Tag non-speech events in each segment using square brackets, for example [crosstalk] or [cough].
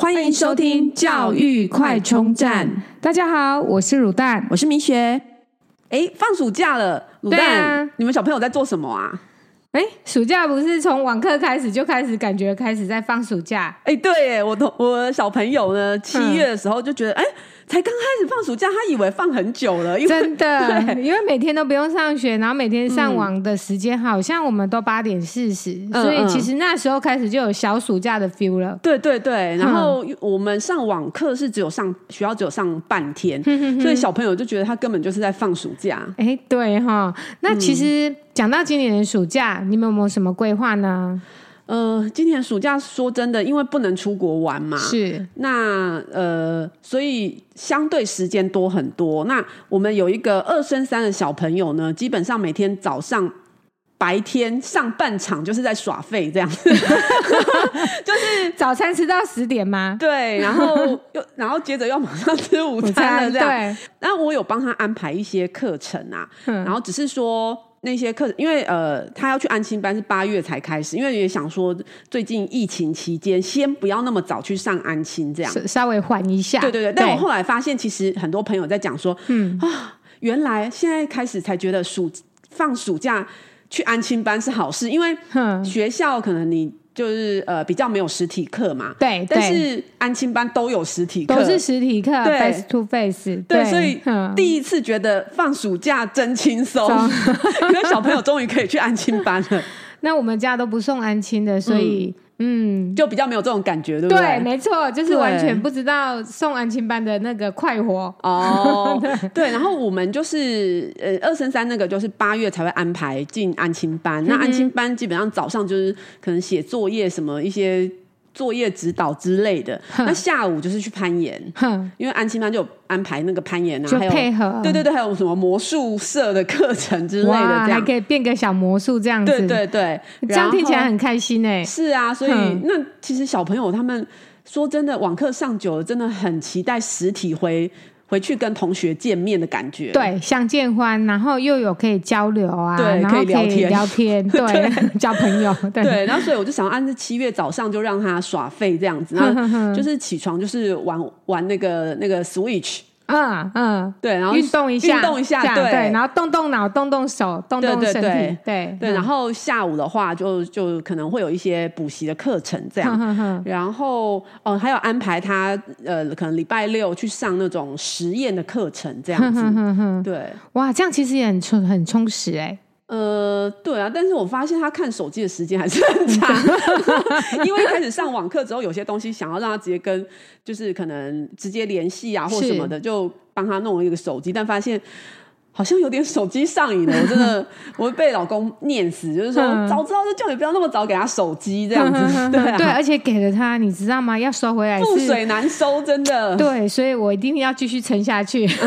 欢迎收听教育快充站，大家好，我是卤蛋。我是明学。哎，放暑假了，卤对蛋，啊你们小朋友在做什么啊？哎，暑假不是从网课开始就开始感觉开始在放暑假，哎，对耶，我同我的小朋友呢，七嗯月的时候就觉得，哎、才刚开始放暑假，他以为放很久了，因为真的， [laughs] 对因为每天都不用上学，然后每天上网的时间好像我们都八点四十，所以嗯其实那时候开始就有小暑假的 feel 了。对对对，然后我们上网课是只有上学校只有上半天，所以小朋友就觉得他根本就是在放暑假。哎，对哈，那其实讲到今年的暑假，你们有没有什么规划呢？呃，今年暑假说真的，因为不能出国玩嘛，是，那呃，所以相对时间多很多。那我们有一个二升三的小朋友呢，基本上每天早上。白天上半场就是在耍废这样，早餐吃到十点吗？对，然后又 [laughs] 然后接着要马上吃午餐了这样。对，那我有帮他安排一些课程啊，嗯然后只是说那些课，因为呃，他要去安亲班是八月才开始，因为也想说最近疫情期间，先不要那么早去上安亲这样。稍稍微缓一下。对对对，但我后来发现，其实很多朋友在讲说，嗯啊，原来现在开始才觉得暑放暑假去安亲班是好事，因为哼，学校可能你就是呃比较没有实体课嘛，对，但对是安亲班都有实体课，都是实体课啊对，face to face 对，所以嗯第一次觉得放暑假真轻 [laughs] 松，因为小朋友终于可以去安亲班了，那我们家都不送安亲的，所以嗯。就比较没有这种感觉，对不对，没错，就是对完全不知道送安亲班的那个快活。 [laughs] 哦，对，然后我们就是呃二升三那个就是八月才会安排进安亲班，嗯那安亲班基本上早上就是可能写作业什么一些作业指导之类 [laughs] 的，那下午就是去攀岩，哼，因为安亲班就有安排那个攀岩啊，就还有配合对对对，还有什么魔术社的课程之类的哇，这还样可。以变个小魔术这样子，对对对，这样听起来然后很开心哎。是啊，所以嗯那其实小朋友他们说真的，网课上久了，真的很期待实体回回去跟同学见面的感觉。对，相见欢，然后又有可以交流啊，对然可后以聊天聊 [laughs] 天，对， [laughs] 交朋友，对，对，然后所以我就想要按这七月早上就让他耍废这样子，哼然哼后哼就是起床就是玩玩那个那个 Switch，嗯嗯，对，然后运动一下，运动一下这样对对，然后动动脑，动动手，动动对对身对体，对对，然后下午的话就就可能会有一些补习的课程这样哼，哼哼，然后哦还有安排他呃可能礼拜六去上那种实验的课程这样子，对。 [laughs] 哇，这样其实也很充很充实哎、 [laughs] 呃，对啊，但是我发现他看手机的时间还是很 [laughs] 长，因为一开始上网课之后，有些东西想要让他直接跟，就是可能直接联系啊或是什么的，就帮他弄了一个手机，但发现。好像有点手机上瘾了，我真 [laughs] 的我会被老公念死，就是说嗯早知道就叫你不要那么早给他手机这样 [laughs] 子，对啊，对，而且给了他，你知道吗？要收回来覆是。水难收，真的。对，所以我一定要继续撑 [laughs] 下去。对，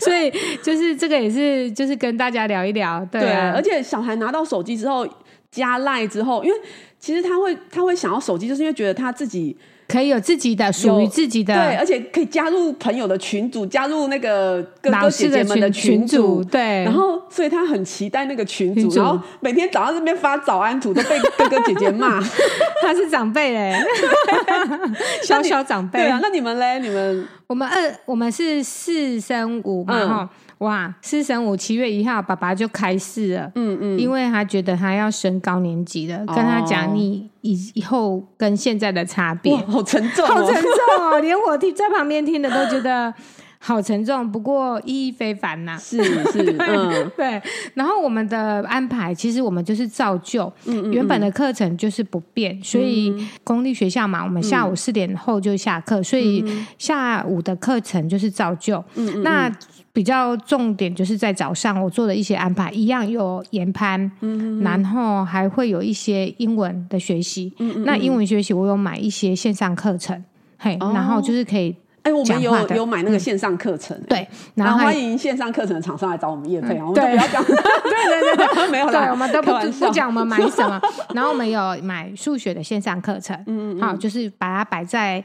所以就是这个也是，就是跟大家聊一聊。对对啊，而且小孩拿到手机之后，加赖之后，因为其实他会他会想要手机，就是因为觉得他自己可以有自己的属于自己对，的而且可以加入朋友的群组，加入那个哥老哥姐师姐们群群组。对，然后，所以他很期待那个群群组，组然后每天早上这边发早安图都被哥哥姐姐 [laughs] 骂。 [laughs] 他是长辈嘞， [laughs] [laughs] 小小长辈对。啊，那你们嘞？你们我们二我们是四升五嘛嗯哈、哇，四升五七月一号爸爸就开市了，嗯嗯，因为他觉得他要升高年级了，跟他哦讲你以以后跟现在的差别哇，，好沉重好哦沉。重哦，连我听在旁边听的都觉得好沉重，不过意义非凡呐、是是， [laughs] 嗯，对，然后我们的安排其实我们就是照旧，嗯原本的课程就是不变，所以公立学校嘛，我们下午四点后就下课，所以嗯下午的课程就是照旧。那比较重点就是在早上我做的一些安排，一样有研攀，嗯然后还会有一些英文的学习。嗯那英文学习我有买一些线上课程，嘿，哦然后就是可以。哎，我们讲话有的有买那个线上课程，哎，对，然然后后还欢迎线上课程的厂商来找我们叶配啊，我们就 [laughs] 对不要讲， [laughs] 对对对，没有啦，对，我们都不开玩笑不讲我们买 [laughs] 什么。嗯然后我们有买数学的线上课程，嗯好，就是把它摆在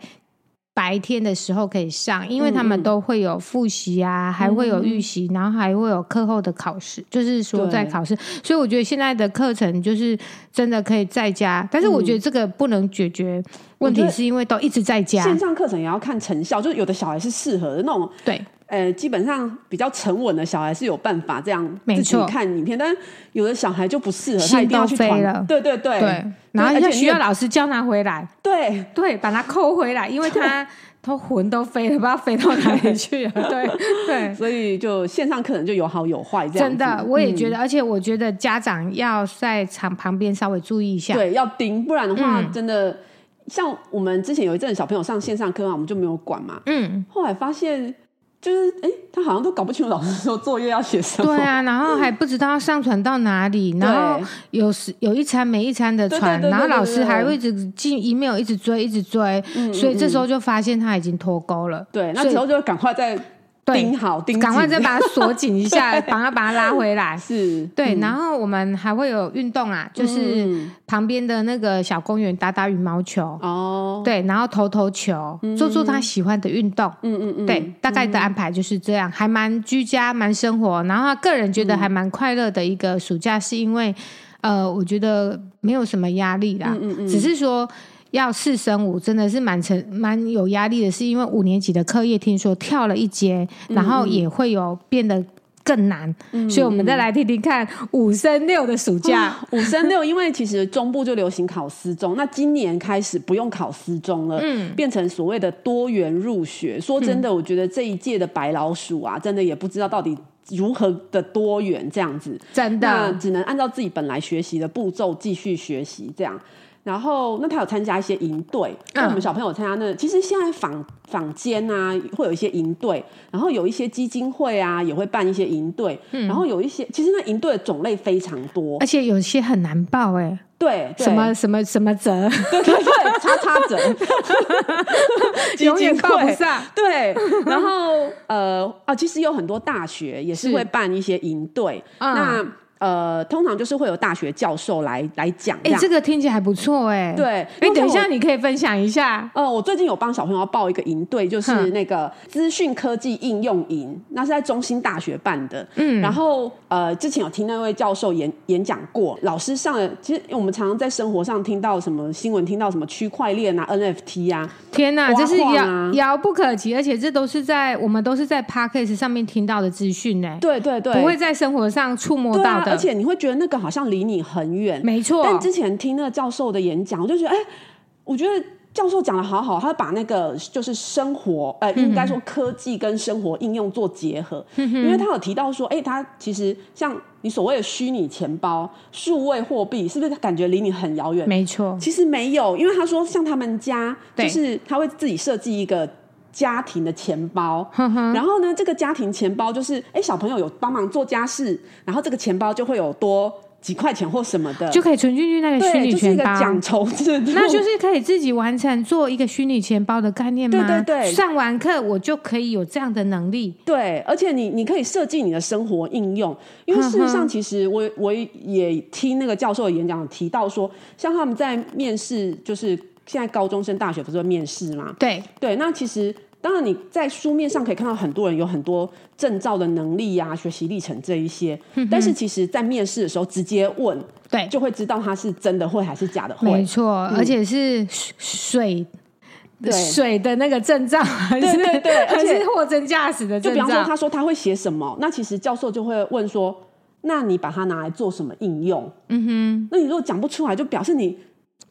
白天的时候可以上，因为他们都会有复习啊，还会有预习，然后还会有课后的考试，就是说在对考试。所以我觉得现在的课程就是真的可以在家，但是我觉得这个不能解决我问题，觉得是因为都一直在家。线上课程也要看成效，就是有的小孩是适合的那种，对，呃，基本上比较沉稳的小孩是有办法这样没自己错看影片，但有的小孩就不适合，心他一定要去都飞团了对对对对，然后而且要你需也要老师叫他回来，对，对，把他扣回来，因为 [laughs] 他他魂都飞了，不知道飞到哪里 [laughs] 去了。对对，所以就线上课程就有好有坏这样真子。的，我也觉得，而且我觉得家长要在场旁边稍微注意一下。对，要盯，不然的话嗯真的、像我们之前有一阵小朋友上线上课嘛，我们就没有管嘛，嗯，后来发现就是哎、诶他好像都搞不清楚老师说作业要写什么。对啊，然后还不知道上传到哪里，然后对有时有一餐没一餐的对对传，对对然后对老对师还对会一直进 email 一直追一直追，所以这时候就发现他已经脱钩了。对，那所以之后就赶快再对盯好，盯赶快紧再把它锁紧一 [laughs] 下，把它把它拉回来。是，嗯对，然后我们还会有运动啊，就是旁边的那个小公园打打羽毛球，哦，对，然后投投球，做做他喜欢的运动，嗯嗯嗯，对，大概的安排就是这样，还蛮居家，蛮生活。然后他个人觉嗯得还蛮快乐的一个暑假，是因为呃，我觉得没有什么压力嗯啦，只是说。要四升五真的是蛮成蛮有压力的，是因为五年级的课业听说跳了一阶，嗯然后也会有变得更难，所以我嗯们再来听听看五升六的暑假、 [laughs] 五升六，因为其实中部就流行考私中，那今年开始不用考私中了，嗯变成所谓的多元入学。说真的，我觉得这一届的白老鼠啊，真的也不知道到底如何的多元这样子，真那的只能按照自己本来学习的步骤继续学习这样。然后，那他有参加一些营队，嗯那我们小朋友参加那，其实现在坊坊间啊会有一些营队，然后有一些基金会啊也会办一些营队，嗯然后有一些其实那营队的种类非常多而，且有些很难报哎、对，对什么什么什么哎折， [laughs] 对对对，叉叉折，基金 [laughs] 永远报不会上。对，然后呃啊，其实有很多大学也是是会办一些营队，嗯那呃，通常就是会有大学教授来来讲这哎、样。这个听起来还不错哎、对哎、因为等一像下我你可以分享一下。呃，我最近有帮小朋友报一个营队，就是哼那个资讯科技应用营，那是在中兴大学办的。嗯，然后呃，之前有听那位教授演演讲过，老师上了，其实我们常常在生活上听到什么新闻，听到什么区块链啊、NFT 啊，天哪，挖这是矿遥啊遥不可及，而且这都是在我们都是在 podcast 上面听到的资讯呢，对对对，不会在生活上触摸对到啊，的。而且你会觉得那个好像离你很远。没错，但之前听那个教授的演讲，我就觉得，哎、我觉得教授讲的好好，他把那个就是生活，嗯呃，应该说科技跟生活应用做结合，因为他有提到说，哎、他其实像你所谓的虚拟钱包、数位货币，是不是感觉离你很遥远？没错，其实没有，因为他说像他们家，对就是他会自己设计一个家庭的钱包，哼嗯哼，然后呢，这个家庭钱包就是，哎，小朋友有帮忙做家事，然后这个钱包就会有多几块钱或什么的，就可以存进去那个虚对，拟就是钱一个包。奖酬制度，那就是可以自己完成做一个虚拟钱包的概念吗？对对对上完课我就可以有这样的能力。 [laughs] 对，而且你你可以设计你的生活应用，因为事实上，其实我我也听那个教授的演讲有提到说，像他们在面试，就是现在高中生、大学不是会面试吗？对，对，那其实当然你在书面上可以看到很多人有很多证照的能力呀、学习历程这一些，嗯但是其实在面试的时候直接问，对就会知道他是真的会还是假的没会。嗯错，而且是水对水的那个证照，还是对对对而 [laughs] 还且是货真价实的就证比方说，照。他说他会写什么，那其实教授就会问说，那你把它拿来做什么应用？嗯哼，那你如果讲不出来，就表示你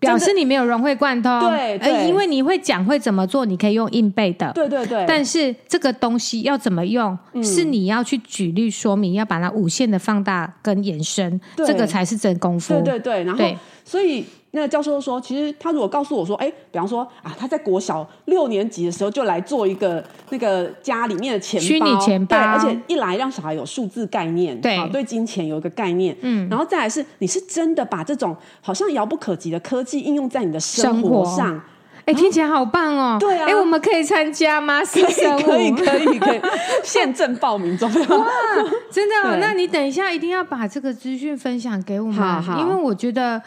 表示你没有融会贯通，对对呃因为你会讲会怎么做，你可以用硬背的，对嗯对对，但是这个东西要怎么用，是你要去举例说明，要把它无限的放大跟延伸，对这个才是真功夫。对对对，然后对所以那个教授说，其实他如果告诉我说，哎，比方说啊，他在国小六年级的时候就来做一个那个家里面的钱包，虚拟钱包对，而且一来让小孩有数字概念，啊对好对金钱有一个概念，嗯，然后再来是你是真的把这种好像遥不可及的科技应用在你的生活上， [laughs] 哎、听起来好棒哦！对啊哎，我们可以参加吗？四生可以五可以 [laughs] 可以，现正报名中，真的、哦，对那你等一下一定要把这个资讯分享给我们，好好因为我觉得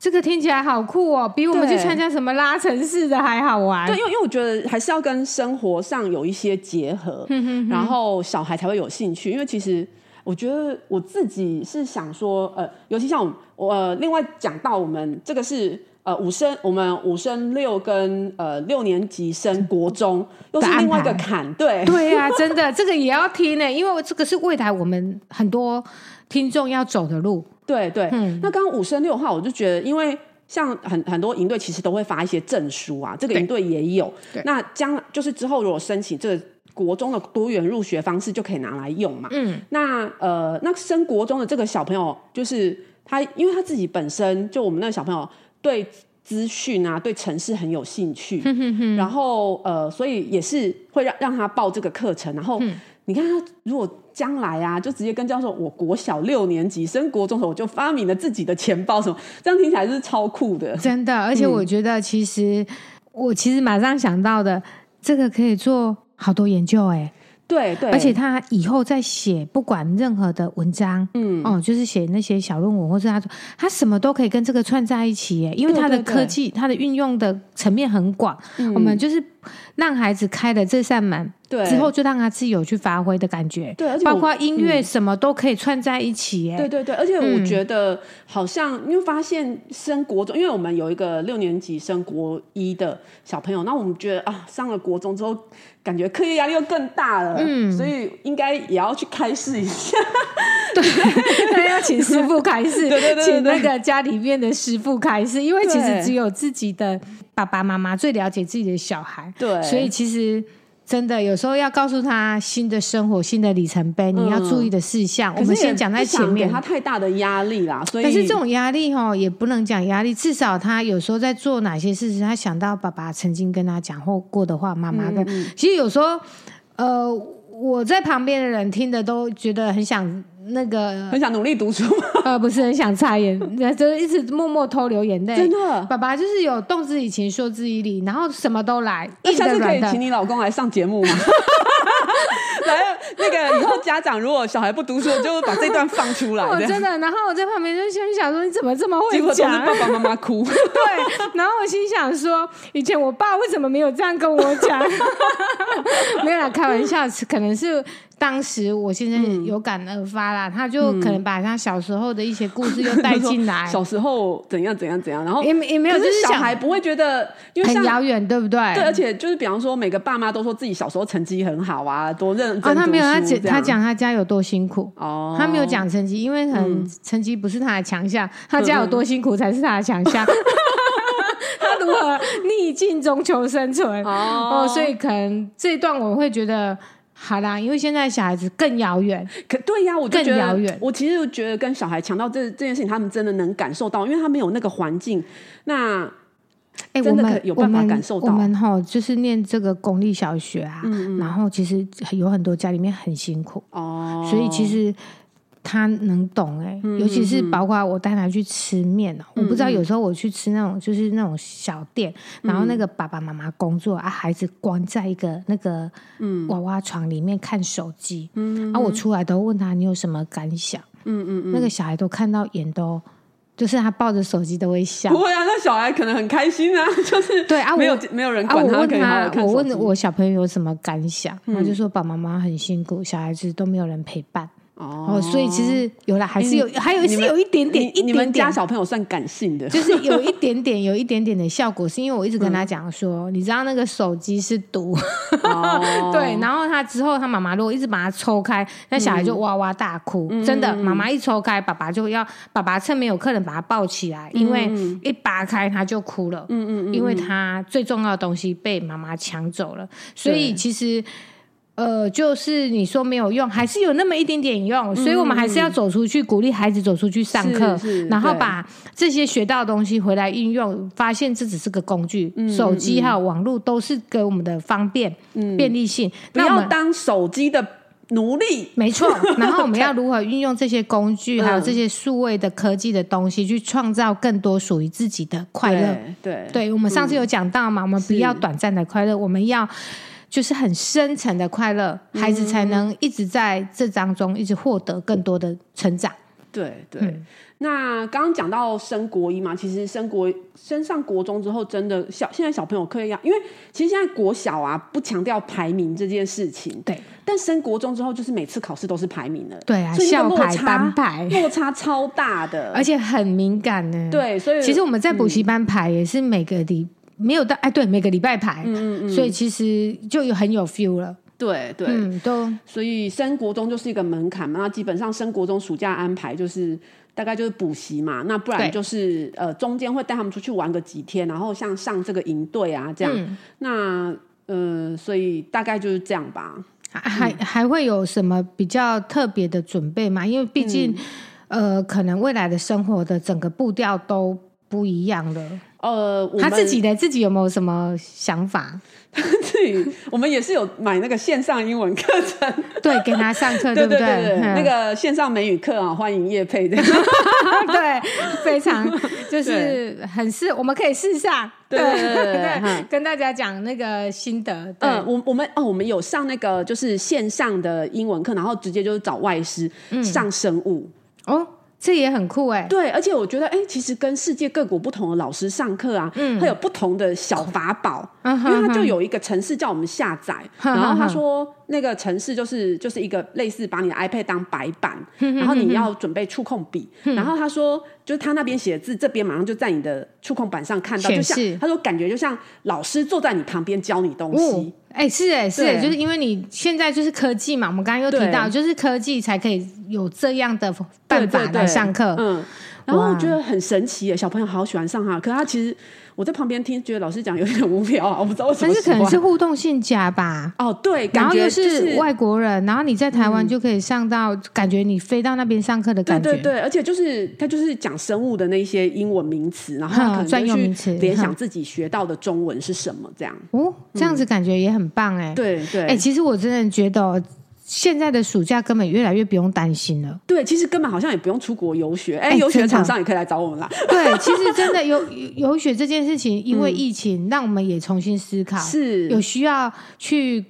这个听起来好酷哦，比我们去对参加什么拉城市的还好玩。对，因为因为我觉得还是要跟生活上有一些结合，嗯然后小孩才会有兴趣。因为其实我觉得我自己是想说，呃，尤其像我我、呃、另外讲到我们这个是。呃，五升我们五升六跟呃六年级升国中，又是的安另外一个排坎，对对呀、真的，这个也要听呢、因为我这个是未来我们很多听众要走的路。对对。嗯那刚刚五升六的话，我就觉得，因为像很很多营队其实都会发一些证书啊，这个对营队也有对。那将就是之后如果申请这个国中的多元入学方式，就可以拿来用嘛。嗯，那呃，那升国中的这个小朋友，就是他，因为他自己本身就我们那个小朋友对资讯啊，对城市很有兴趣，然后呃，所以也是会让让他报这个课程。然后、嗯你看他如果将来啊，就直接跟教授，我国小六年级升国中的时候，我就发明了自己的钱包什么，这样听起来是超酷的。真的，而且我觉得其实、我其实马上想到的，这个可以做好多研究哎、对对，而且他以后在写不管任何的文章，嗯，哦，就是写那些小论文，或是他说他什么都可以跟这个串在一起耶，因为对他的对对嗯科技，他的运用的层面很广。我们就是让孩子开了这扇门对之后，就让他自由去发挥的感觉，对而且我嗯包括音乐什么都可以串在一起耶。对对对，而且我觉得好像因为发现升国中，因为我们有一个六年级升国一的小朋友，那我们觉得啊，上了国中之后，感觉课业压力又更大了，嗯，所以应该也要去开示一下。 [laughs] 那要请师傅开示，对对对对请那个家里面的师傅开示，因为其实对只有自己的爸爸妈妈最了解自己的小孩，对所以其实。真的，有时候要告诉他新的生活、新的里程碑，你要注意的事项。 [laughs] 我可嗯们是也先讲在不想前面给，他太大的压力啦，所以但是这种压力哈、也不能讲压力，至少他有时候在做哪些事情，他想到爸爸曾经跟他讲或过的话，妈嗯妈的。其实有时候，呃，我在旁边的人听的都觉得很想那个很想努力读书， [laughs] 呃，不是很想擦眼，就是一直默默偷流眼泪。真的爸爸就是有动之以情，说之以理，然后什么都来，那硬下的、次可软以请的。你老公来上节 [laughs] 目吗？来，那个以后家长如果小孩不读书，就把这段放出 [laughs] 来，我这哦真样的，然后我在旁边就心想说：“你怎么这么结会果都讲是 [laughs] 啊爸？”爸妈妈哭。 [laughs] 对，然后我心想说：“以前我爸为什么没有这样跟我讲？” [laughs] 没有啦，开玩笑，可能是当时我先生有感而发嗯啦，他就可能把他小时候的一些故 [laughs] 事又带进来，小时候怎样怎样怎样，然后也也没有可就是是小想孩不会觉得，因为很像遥远，对不对？对，而且就是比方说，每个爸妈都说自己小时候成绩很好啊，多认真啊，他没有，他读书只这样他讲他家有多辛苦，哦，嗯他没有讲成绩，因为很成绩不是他的强项，他家有多辛苦才是他的强项。 [laughs] 他如何逆境中求生存？哦哦，所以可能这一段我会觉得，好啦，因为现在小孩子更遥远，可对呀、我就觉更遥得远，我其实觉得跟小孩强调这这件事情，他们真的能感受到，因为他没有那个环境。那哎、真我的们可有办法我们感受我到嗯们吼就是念这个公立小学啊，然后其实有很多家里面很辛苦，哦，嗯所以其实他能懂哎、尤其是包括我带他去吃面哦、我不知道有时候我去吃那种就是那种小店，嗯然后那个爸爸妈妈工作啊，孩子关在一个那个嗯娃娃床里面看手机，嗯，啊，我出来都问他你有什么感想，嗯嗯，那个小孩都看到眼都，就是他抱着手机都会笑不。会啊，那小孩可能很开心啊，就是对啊，我没有没有人啊，管我问可以好好看我手机问我小朋友有什么感想，他就说爸爸妈妈很辛苦，小孩子都没有人陪伴。哦哦，哎所以其实有了，还是有，还有你是们有一点点，你一你们家点点， [laughs] 小朋友算感性的，就是有一点点，有一点点的效果，是因为我一直跟他讲说，你知道那个手机是毒， [laughs] 哦 [laughs] 对，然后他之后他妈妈如果一直把它抽开，那小孩嗯就哇哇大哭，真的，妈妈一抽开，爸爸就要，爸爸趁没有客人把他抱起来，因为嗯一拔开他就哭了，嗯嗯，因为他最重要的东西被妈妈抢走了，所以对其实。呃，就是你说没有用，还是有那么一点点用，所以我们还是要走出去，鼓励孩子走出去上课嗯是是，然后对把这些学到的东西回来应用，发现这只是个工具，嗯手机还有网络都是给我们的方便、便利性。嗯不那我要们当手机的奴隶。[laughs] 没错，然后我们要如何运用这些工具，嗯还有这些数位的科技的东西，去创造更多属于自己的快乐。对嗯对，我们上次有讲到嘛，我们不要短暂的快乐，我们要就是很深层嗯的快乐，孩子才能一直在这当中一直获得更多的成长。对对，嗯那刚刚讲到升国一嘛，其实升国升上国中之后，真的小现在小朋友可以要，因为其实现在国小啊不强调排名这件事情，对但升国中之后，就是每次考试都是排名了，对啊，所以那校个落牌、班差 [laughs] 牌，落差超大的，而且很敏感呢。，对，所以其实我们在补习班排也是每个礼没有到哎，对，每个礼拜排，嗯所以其实就有很有 feel 了。对对，嗯，都所以升国中就是一个门槛嘛，那基本上升国中暑假安排就是大概就是补习嘛，那不然对就是呃中间会带他们出去玩个几天，然后像上这个营队啊这样，嗯那呃所以大概就是这样吧。还还会有什么比较特别的准备吗？因为毕嗯竟，呃，可能未来的生活的整个步调都不一样了。呃，我们他自己的自己有没有什么想法？ [laughs] 自己，我们也是有买那个线上英文课程，对，给他上课，对啊不对？对对，嗯那个线上美语课啊，欢迎叶佩的。 [laughs] 嗯对，非常就是很适，我们可以试上，对对对对对对嗯，跟大家讲那个心得，对嗯，我我们哦，我们有上那个就是线上的英文课，然后直接就是找外师、嗯上生物。哦，这也很酷哎，对，而且我觉得，哎、其实跟世界各国不同的老师上课啊，会有不同的小法宝。嗯因为哼他哼，就有一个城市叫我们下载，哼然后他哼说那个城市就是就是一个类似把你的 iPad 当白板，嗯然后你要准备触控笔，然后他说就是他那边写的字，这边马上就在你的触控板上看到，就显像示他说感觉就像老师坐在你旁边教你东哦西，，哎，是哎，是哎，对就是因为你现在就是科技嘛，我们刚刚又提到，对就是科技才可以有这样的办法对对对来上课，嗯。然后我哇觉得很神奇耶，小朋友好喜欢上他。可是他其实我在旁边听，觉得老师讲有点无聊啊，我 [laughs] 不知道为什但么是喜可欢。能是互动性佳吧。哦，对，然感后觉又就是嗯是外国人，然后你在台湾就可以上到，感觉你飞到那边上课的对感觉。对对，而且就是他就是讲生物的那些英文名词，然后哈他可啊专能有就名去词联哈想自己学到的中文是什么这样。哦，这样子感觉也很棒哎。对嗯对，。哎、其实我真的觉得哦现在的暑假根本越来越不用担心了对，其实根本好像也不用出国游学，哎、哎游学真的厂商也可以来找我们啦。对，其实真的游游游学这件事情，因嗯为疫情，让我们也重新思考，是有需要去。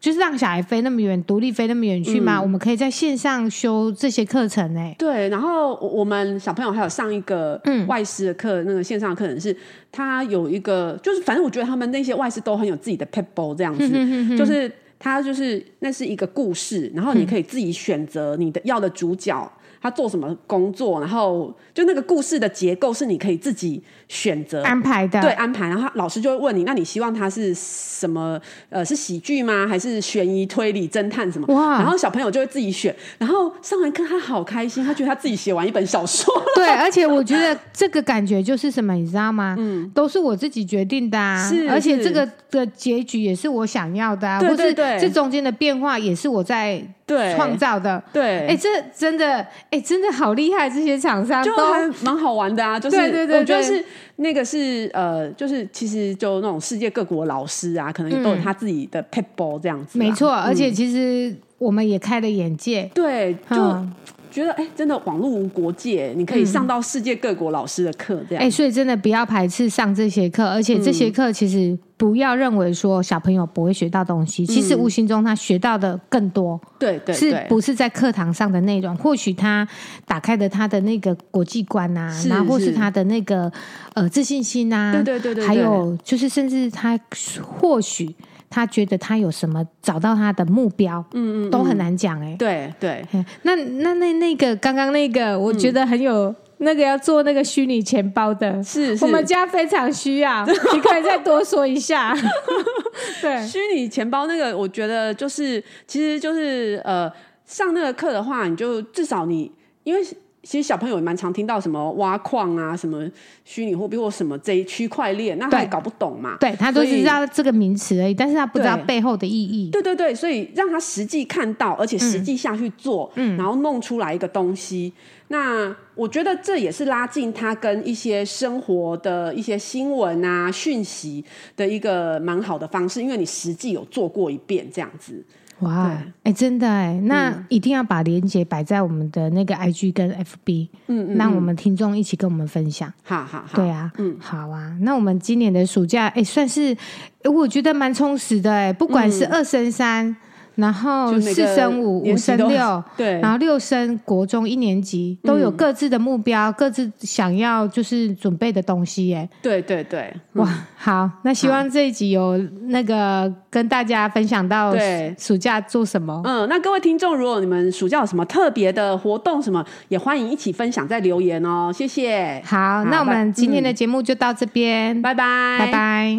就是让小孩飞那么远，独立飞那么远去吗？嗯我们可以在线上修这些课程哎、对，然后我我们小朋友还有上一个外师的课，那个线上课程是，他有一个就是，反正我觉得他们那些外师都很有自己的 people 这样子，就是他就是那是一个故事，然后你可以自己选择你的要的主角。他做什么工作，然后就那个故事的结构是你可以自己选择安排的呃对安排，然后他老师就会问你，那你希望他是什么？呃，是喜剧吗？还是悬疑、推理、侦探什么？哇然后小朋友就会自己选。然后上完课他好开心，他觉得他自己写完一本小 [laughs] 说。对，而且我觉得这个感觉就是什么，你知道吗？嗯，都是我自己决定的啊，是而且这是个的结局也是我想要的、啊，对对或对是这中间的变化也是我在对创造的。对，哎、这真的，哎、真的好厉害！这些厂商就都还蛮好玩的啊。就是对对对我觉得对是那个是呃，就是其实就那种世界各国老师啊，可能都有他自己的 people 这样子、啊没，错，而且其实我们也开了眼界，对，就嗯觉得哎、真的网络无国界，你可以上到世界各国老师的课这样。嗯哎、所以真的不要排斥上这些课，而且这些课其实不要认为说小朋友不会学到东西，其实无形中他学到的更多。对嗯对对，是不是在课堂上的内容？或许他打开了他的那个国际观啊是，然后或是是他的那个呃自信心啊，对对对对还有就是甚至他或许他觉得他有什么找到他的目标，嗯嗯，都很难讲哎、对对。嘿那那那那个刚刚那个，我嗯觉得很有、那个要做那个虚拟钱包的，是是我们家非常需 [laughs] 要，你可以再多说一 [laughs] 下，对。虚拟钱包那个，我觉得就是，其实就是呃，上那个课的话，你就至少你，因为其实小朋友也蛮常听到什么挖矿啊、什么虚拟货币或什么这一区块链，那他也对搞不懂嘛。对他都所以只知道这个名词而已，但是他不知道对背后的意义。对对对，所以让他实际看到，而且实际下去做，然后弄出来一个东西。那我觉得这也是拉近他跟一些生活的一些新闻啊、讯息的一个蛮好的方式，因为你实际有做过一遍这样子。哇，对哎、真的哎、那一定要把链接摆在我们的那个 IG 跟 FB，嗯嗯，让我们听众一起跟我们分享。好好好，对啊，嗯，好啊。那我们今嗯年的暑假，哎、算是、哎我觉得蛮充实的哎、不管是二升三、然后就每四个升五、五年级升都六，对啊嗯然后六升国中一年级都有各自的目标，各自想要就是准备的东西耶。对对对，哇，好，那希望这一集有那个跟大家分享到对暑假做什么。嗯，那各位听众，如果你们暑假有什么特别的活动什么，也欢迎一起分享在留言哦，谢谢，好，那我们今天的节目就到这边，嗯拜拜，拜拜。